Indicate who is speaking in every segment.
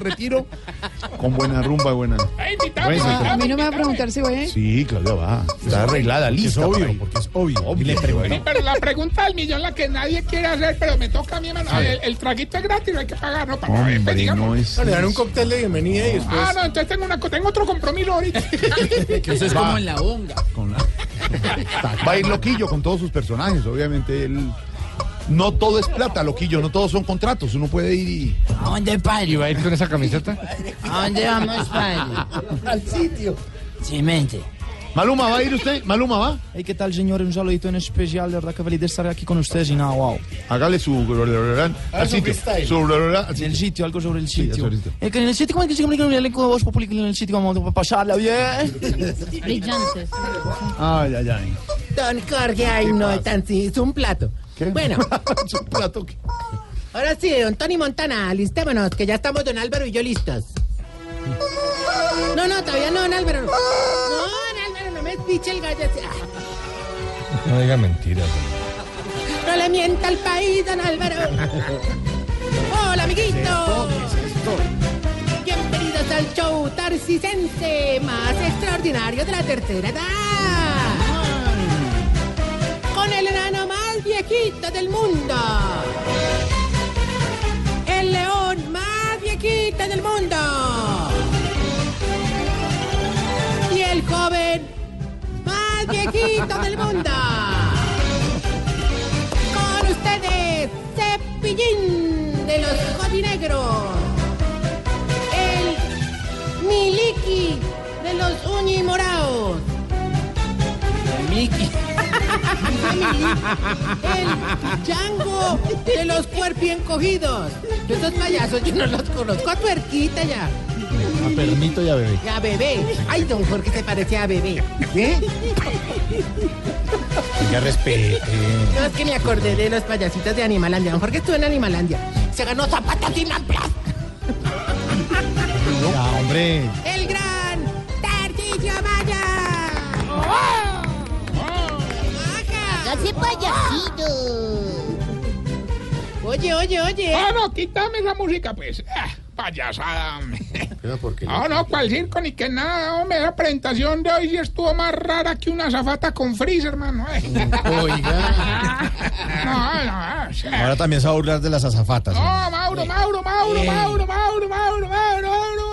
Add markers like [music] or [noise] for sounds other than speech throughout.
Speaker 1: retiro con buena rumba, buena. Buen
Speaker 2: Ah, A
Speaker 1: secreto.
Speaker 2: mí no me va a preguntar si voy a ir.
Speaker 1: Sí, Claudia va. Está arreglada, lista.
Speaker 3: obvio,
Speaker 1: para ir.
Speaker 3: ¿Eh? porque es obvio.
Speaker 1: Obvio,
Speaker 3: Y le pregunté.
Speaker 1: bueno.
Speaker 4: Pero la pregunta del millón, la que nadie quiere hacer, pero me toca a mí, hermano. El, el traguito es gratis, no hay que pagarlo para ver, pues,
Speaker 1: Hombre,
Speaker 4: digamos.
Speaker 1: no es.
Speaker 3: No, le dan un cóctel de bienvenida y
Speaker 2: pues.
Speaker 3: después.
Speaker 4: Ah, no, entonces tengo, una, co- tengo otro compromiso ahorita. [laughs]
Speaker 2: Eso es como en la bonga.
Speaker 1: con la- [laughs] Va a ir loquillo con todos sus personajes, obviamente. él- No todo es plata, loquillo. No todos son contratos. Uno puede ir y.
Speaker 2: ¿A dónde, padre?
Speaker 5: ¿Va a ir con esa camiseta?
Speaker 2: ¿A dónde vamos, padre?
Speaker 3: Al sitio.
Speaker 2: Clemente.
Speaker 1: Maluma, ¿va a ir usted? Maluma, ¿va?
Speaker 6: Hey, ¿qué tal, señores? Un saludito en especial. De verdad que feliz de estar aquí con ustedes y nada, wow.
Speaker 1: Hágale su. Al
Speaker 3: Ah, su
Speaker 1: sitio.
Speaker 3: freestyle.
Speaker 1: Su. al
Speaker 6: En
Speaker 1: sitio.
Speaker 6: el sitio, algo sobre el sitio.
Speaker 1: sobre el sitio.
Speaker 6: Eh, que en el sitio, ¿cómo es que se comunica el elenco de voz popular? Que En el sitio vamos a pasarla bien.
Speaker 7: Brillantes.
Speaker 1: Ay, ay, ay.
Speaker 2: Don Jorge, ay, no, tan sí, es un plato.
Speaker 1: [laughs]
Speaker 5: [laughs]
Speaker 2: Bueno,
Speaker 1: Es un plato que-
Speaker 2: ahora sí, don Tony Montana, listémonos, que ya estamos don Álvaro y yo listos. No, no, todavía no, don Álvaro. No, don Álvaro, no me espiche el gallo. Ah,
Speaker 5: No diga mentiras.
Speaker 2: No le mienta al país,
Speaker 5: [laughs]
Speaker 2: don Álvaro. Hola, amiguito.
Speaker 3: Ah,
Speaker 2: Bienvenidos al show tarsicense más extraordinario de la tercera edad. Con el enano más viejito del mundo. El león más viejito del mundo. Y el joven más viejito del mundo. Con ustedes, Cepillín de los Jodinegros el Miliki de los Uñimoraos. [laughs] El Django de los cuerpos encogidos. Yo Esos payasos yo no los conozco. A tuerquita ya.
Speaker 3: A permito y a bebé.
Speaker 2: Ya bebé. Ay, don Jorge se parecía a bebé. ¿Eh?
Speaker 3: Ya respete.
Speaker 2: No, es que me acordé de los payasitos de Animalandia. Don Jorge estuvo en Animalandia. Se ganó zapatas y lamplas.
Speaker 1: Ya, hombre.
Speaker 2: el gran Tarcillo Maya. Ajá.
Speaker 7: ¡Hace payasito!
Speaker 2: Oye, oye, oye.
Speaker 4: Ah, no, quítame esa música, pues. Ah, payasada, hombre.
Speaker 3: Pero porque.
Speaker 4: Ah, no, cual circo ni que nada, hombre. La presentación de hoy sí estuvo más rara que una zafata con frizz, hermano. [laughs] eh.
Speaker 3: Oiga.
Speaker 4: No, no, ah, o sea,
Speaker 3: Ahora también se va a burlar de las azafatas.
Speaker 4: no, Mauro, Mauro, Mauro, Mauro, Mauro, Mauro, Mauro, Mauro.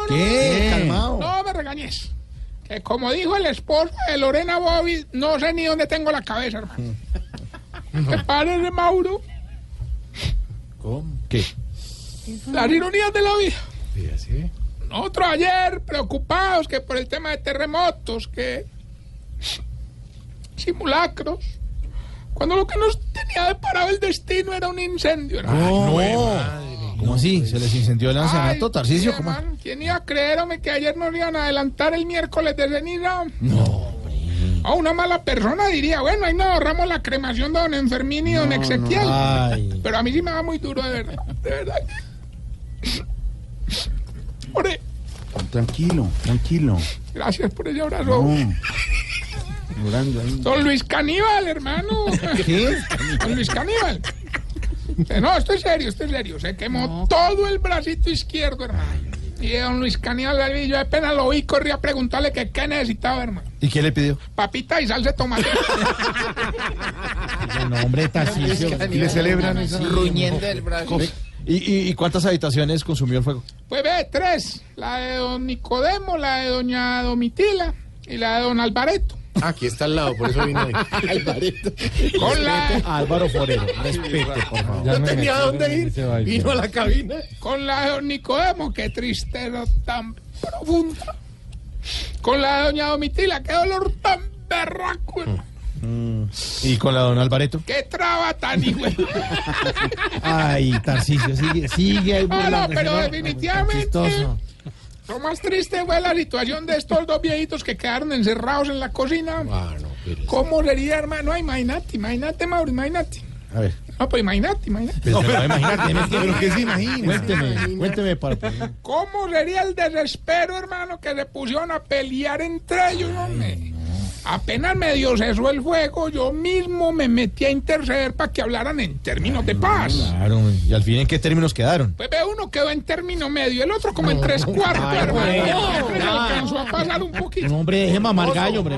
Speaker 3: ¿Qué? Calmado.
Speaker 4: No me regañes. Que como dijo el esposo de Lorena Bobby, no sé ni dónde tengo la cabeza, hermano. ¿Te parece, Mauro?
Speaker 3: ¿Cómo? ¿Qué?
Speaker 4: Las ironías de la vida.
Speaker 3: Sí, así.
Speaker 4: Nosotros ayer preocupados que por el tema de terremotos, que simulacros, cuando lo que nos tenía deparado el destino era un incendio. hermano.
Speaker 1: ¿Cómo así? ¿Se les incendió el ancianato,
Speaker 4: Ay,
Speaker 1: Tarcisio?
Speaker 4: sí,
Speaker 1: ¿Cómo?
Speaker 4: hermano, ¿Quién iba a creer, hombre, que ayer nos iban a adelantar el miércoles de ceniza? No, A una mala persona diría, bueno, ahí nos ahorramos la cremación de don Enfermín y don Ezequiel.
Speaker 3: Ay.
Speaker 4: Pero a mí sí me va muy duro, de verdad. De verdad. Hombre,
Speaker 1: Tranquilo, tranquilo.
Speaker 4: gracias por ese abrazo.
Speaker 1: Durando ahí.
Speaker 4: Don Luis Caníbal, hermano.
Speaker 1: [laughs] ¿Qué?
Speaker 4: Don Luis Caníbal. Eh, No, esto es serio, esto es serio. Se quemó todo el bracito izquierdo, hermano. Y don Luis Caníbal, ahí, yo apenas lo vi, corrí a preguntarle que qué necesitaba, hermano.
Speaker 1: ¿Y qué le pidió?
Speaker 4: Papita y salsa de tomate.
Speaker 3: No, hombre, Tarcicio.
Speaker 1: ¿Y le celebran esa?
Speaker 2: Ruñendo el brazo.
Speaker 3: ¿Y, y, y cuántas habitaciones consumió el fuego?
Speaker 4: Pues ve, tres. La de don Nicodemo, la de doña Domitila y la de don Alvareto.
Speaker 3: Aquí está al lado, por
Speaker 4: [laughs]
Speaker 3: eso vino ahí. Alvarito.
Speaker 4: Con la,
Speaker 3: Álvaro Forero, respete, por favor. No tenía dónde ir. Vino a la cabina.
Speaker 4: con la de don Nicodemo, qué tristeza tan profunda. Con la de doña Domitila, qué dolor tan berraco. hermano.
Speaker 3: Mm. Y con la don Alvareto.
Speaker 4: ¡Qué traba tan hijo!
Speaker 3: Ay, Tarcicio, sigue, sigue ahí
Speaker 4: No, no,
Speaker 3: burlándose,
Speaker 4: pero
Speaker 3: ¿no?
Speaker 4: definitivamente.
Speaker 3: Chistoso.
Speaker 4: Lo más triste fue la situación de estos dos viejitos que quedaron encerrados en la cocina.
Speaker 3: Ah,
Speaker 4: ¿Cómo sería, hermano? Ay, imagínate, imagínate, Mauro, imagínate.
Speaker 3: A ver,
Speaker 4: No, pues imagínate, imagínate.
Speaker 6: [laughs]
Speaker 3: pero, imagínate,
Speaker 1: Pero que se imagina.
Speaker 3: cuénteme, cuénteme para
Speaker 4: ¿Cómo sería el desespero, hermano, que se pusieron a pelear entre ellos, hombre? Apenas medio cesó el fuego, yo mismo me metí a interceder para que hablaran en términos de paz.
Speaker 3: Claro, y al fin en qué términos quedaron.
Speaker 4: Pues ve, uno quedó en término medio, el otro como en tres cuartos,
Speaker 3: Ay,
Speaker 4: hermano.
Speaker 3: güey.
Speaker 4: Siempre se alcanzó a pasar un poquito.
Speaker 3: No, hombre, deje mamar gallo, hombre.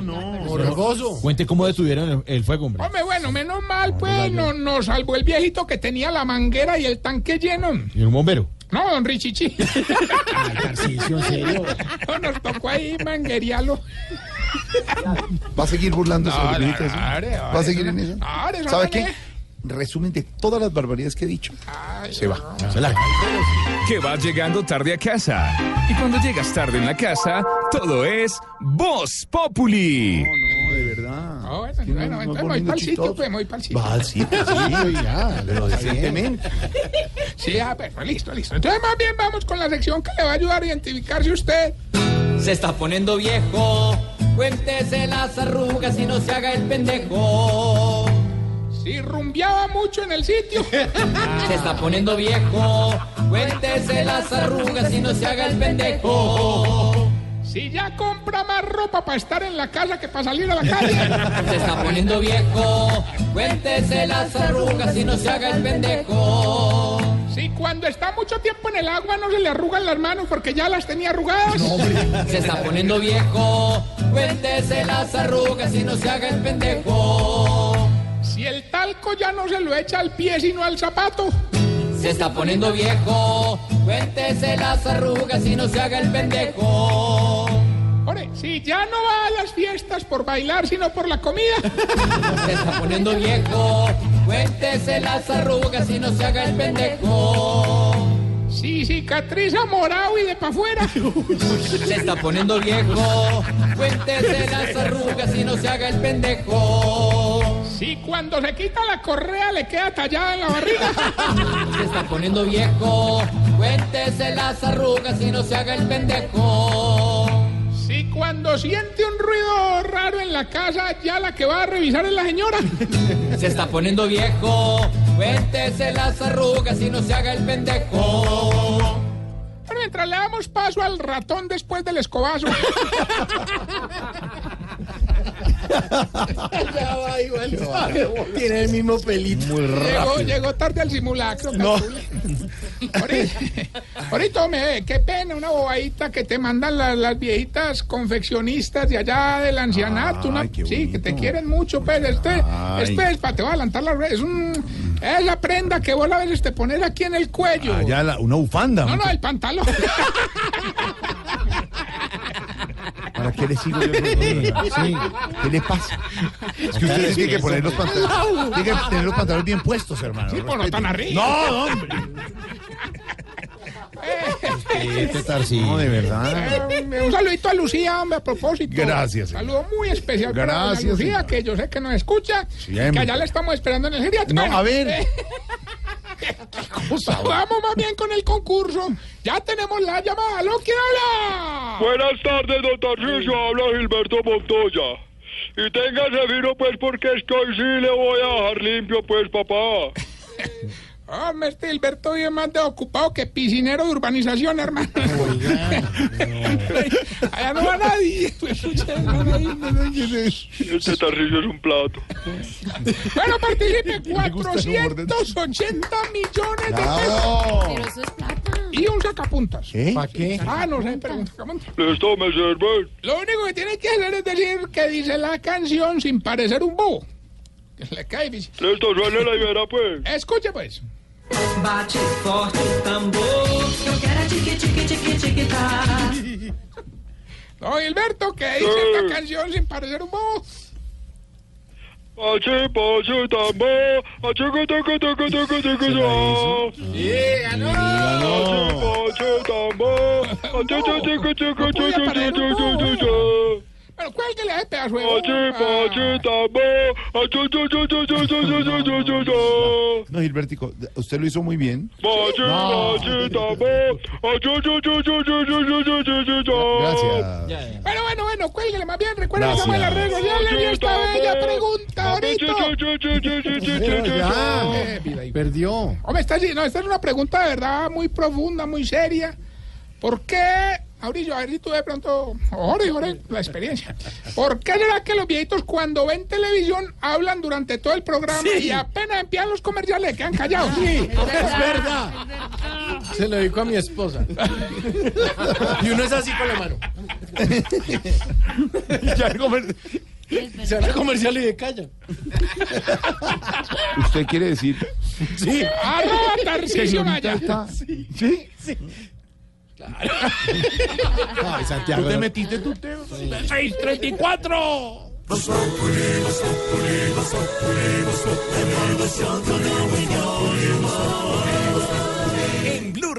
Speaker 3: Cuente cómo detuvieron el, el fuego, hombre.
Speaker 4: Hombre, bueno, menos mal, pues no, nos salvó el viejito que tenía la manguera y el tanque lleno.
Speaker 3: Y un bombero.
Speaker 4: No, don
Speaker 3: [laughs]
Speaker 4: Richichi.
Speaker 3: Tarcicio, en serio.
Speaker 4: No, nos tocó ahí manguerialo.
Speaker 1: Va a seguir burlándose. de
Speaker 4: no,
Speaker 1: Pedrito, ¿sí?
Speaker 4: are,
Speaker 1: Va a
Speaker 4: are,
Speaker 1: seguir
Speaker 4: no,
Speaker 1: en eso.
Speaker 4: no, are, no,
Speaker 1: ¿Sabe
Speaker 4: no,
Speaker 1: qué?
Speaker 4: no.
Speaker 1: Resumen de todas las barbaridades que he dicho. Se va.
Speaker 3: Se la-
Speaker 8: que vas llegando tarde a casa. Y cuando llegas tarde en la casa, todo es Voz Populi.
Speaker 1: No, de verdad.
Speaker 4: Ah, bueno,
Speaker 1: Es que
Speaker 4: bueno, entonces me voy
Speaker 1: volviendo
Speaker 4: pa'l sitio,
Speaker 1: chistoso.
Speaker 4: pues, me voy pa'l sitio.
Speaker 1: Va al sitio, sí, ya. Pero decentemente.
Speaker 4: Sí, ah, bueno, listo, listo. Entonces, más bien vamos con la sección que le va a ayudar a identificarse usted.
Speaker 9: Se está poniendo viejo. Cuéntese las arrugas y no se haga el pendejo.
Speaker 4: Si rumbeaba mucho en el sitio.
Speaker 9: Se está poniendo viejo. Cuéntese las arrugas y no se haga el pendejo.
Speaker 4: Si ya compra más ropa para estar en la casa que para salir a la calle.
Speaker 9: [laughs] Se está poniendo viejo. Cuéntese las arrugas y no se haga el pendejo.
Speaker 4: Si cuando está mucho tiempo en el agua no se le arrugan las manos porque ya las tenía arrugadas.
Speaker 9: Se está poniendo viejo. Cuéntese las arrugas y no se haga el pendejo.
Speaker 4: Si el talco ya no se lo echa al pie sino al zapato.
Speaker 9: Se está poniendo viejo. Cuéntese las arrugas y no se haga el pendejo.
Speaker 4: Ore, si ya no va a las fiestas por bailar sino por la comida.
Speaker 9: Se está poniendo viejo. Cuéntese las arrugas y no se haga el pendejo.
Speaker 4: Si cicatriza morado y de pa' afuera.
Speaker 9: Se está poniendo viejo. Cuéntese las arrugas y no se haga el pendejo.
Speaker 4: Si cuando se quita la correa le queda tallada en la barriga.
Speaker 9: Se está poniendo viejo. Cuéntese las arrugas y no se haga el pendejo.
Speaker 4: Si cuando siente un ruido raro en la casa ya la que va a revisar es la señora.
Speaker 9: Se está poniendo viejo. Cuéntese las arrugas y no se haga el pendejo.
Speaker 4: Pero mientras le damos paso al ratón después del
Speaker 3: [laughs]
Speaker 4: escobazo.
Speaker 3: Tiene el mismo pelito. Muy
Speaker 4: Llegó, llegó tarde al simulacro. calcule. Ahorita, ahorita, hombre, qué pena, una bobadita que te mandan la- las viejitas confeccionistas de allá del ancianato. una-
Speaker 1: Ay, qué
Speaker 4: sí, que te
Speaker 1: bonito.
Speaker 4: quieren mucho, pero este,
Speaker 1: Ay.
Speaker 4: este es para te voy a adelantar la red. Es, un, es la prenda que vos la veces te pones aquí en el cuello.
Speaker 1: Allá la- una bufanda.
Speaker 4: no, no, el pantalón.
Speaker 1: ¿Para qué le sigo yo? [laughs] ¿Qué le pasa? Es que ustedes tienen que poner los pantalones. Tienen que tener los pantalones bien puestos, hermano.
Speaker 4: Sí, pues, no tan arriba.
Speaker 1: No, hombre.
Speaker 3: Este Tarcicio.
Speaker 1: No, de verdad.
Speaker 4: Eh, Un saludito a Lucía, hombre, a propósito.
Speaker 1: Gracias, señor.
Speaker 4: Saludo muy especial para doña
Speaker 1: Gracias,
Speaker 4: Lucía,
Speaker 1: señor.
Speaker 4: que yo sé que nos escucha.
Speaker 1: Sí,
Speaker 4: que
Speaker 1: hombre.
Speaker 4: allá la estamos esperando en el geriatra.
Speaker 1: No,
Speaker 4: Bueno,
Speaker 1: a ver. [laughs]
Speaker 4: eh, vamos más bien con el concurso. Ya tenemos la llamada. ¿Lo quién habla?
Speaker 10: Buenas tardes, don Tarcisio. Habla Gilberto Montoya. Y téngase vino, pues, porque estoy sí le voy a dejar limpio, pues, papá.
Speaker 4: [laughs] Hombre, este Gilberto vive más de ocupado que piscinero de urbanización, hermano. [laughs] allá no va nadie.
Speaker 1: [laughs]
Speaker 10: Este Tarcisio es un plato.
Speaker 4: Bueno, participe.
Speaker 1: Me gusta el humor de-
Speaker 4: 480 millones de pesos.
Speaker 1: Bravo.
Speaker 7: Pero eso es plata.
Speaker 4: Y un sacapuntas.
Speaker 1: ¿Eh?
Speaker 3: ¿Para qué?
Speaker 4: Ah, no sé, pregunta, pregunta.
Speaker 10: Esto me sirve.
Speaker 4: Lo único que tiene que hacer es decir que dice la canción sin parecer un bobo. Que le cae difícil.
Speaker 10: Esto suele la ibera, pues.
Speaker 4: Escuche, pues.
Speaker 9: Bate forte o tambor. Eu quero é tiqui, tiqui, tiqui, tiqui, tá.
Speaker 4: Don Gilberto, que dice
Speaker 10: Sí.
Speaker 4: la canción sin parecer un bobo.
Speaker 10: Achí, pachí, tambor. Achí, que te, que te, que te, que te, que te. Achí, pachí, tambor. Achí, que te, que te, que te, que te, que te, que te.
Speaker 4: pero cuélguele a ese pedazo de
Speaker 10: Pachi, pachi, tambor. Achu, chu, chu, chu, chu, chu, chu, chu, chu, chu, chu.
Speaker 1: No, Gilbertico, usted lo hizo muy bien.
Speaker 10: Pachi,
Speaker 1: No.
Speaker 10: pachi, tambor. Achu, chu, chu, chu, chu, chu, chu, chu, chu, chu, chu.
Speaker 1: Gracias.
Speaker 4: Bueno, Ah. bueno, bueno, cuélguele más bien. Recuerda que
Speaker 1: Gracias.
Speaker 4: estamos en la red. Ya le di esta bella pregunta ahorita.
Speaker 3: Ya, perdió.
Speaker 4: Hombre, esta, sí- no, esta es una pregunta de verdad muy profunda, muy seria. ¿Por qué, Mauricio, a ver si tú de pronto, Jorge, Jorge, la experiencia. ¿Por qué será que los viejitos cuando ven televisión hablan durante todo el programa
Speaker 3: Sí.
Speaker 4: y apenas empiezan los comerciales le quedan callados?
Speaker 3: Sí, es verdad. Se lo dedico a mi esposa. Y uno es así con la mano. Ya el comer- Se habla comercial y de calla.
Speaker 1: Usted quiere decir.
Speaker 3: Sí.
Speaker 4: ¡Arroba Tarcisio Maya!
Speaker 1: Sí. ¿Sí? Ay, Santiago.
Speaker 3: te metiste tu tema.
Speaker 4: 634.
Speaker 8: En Blue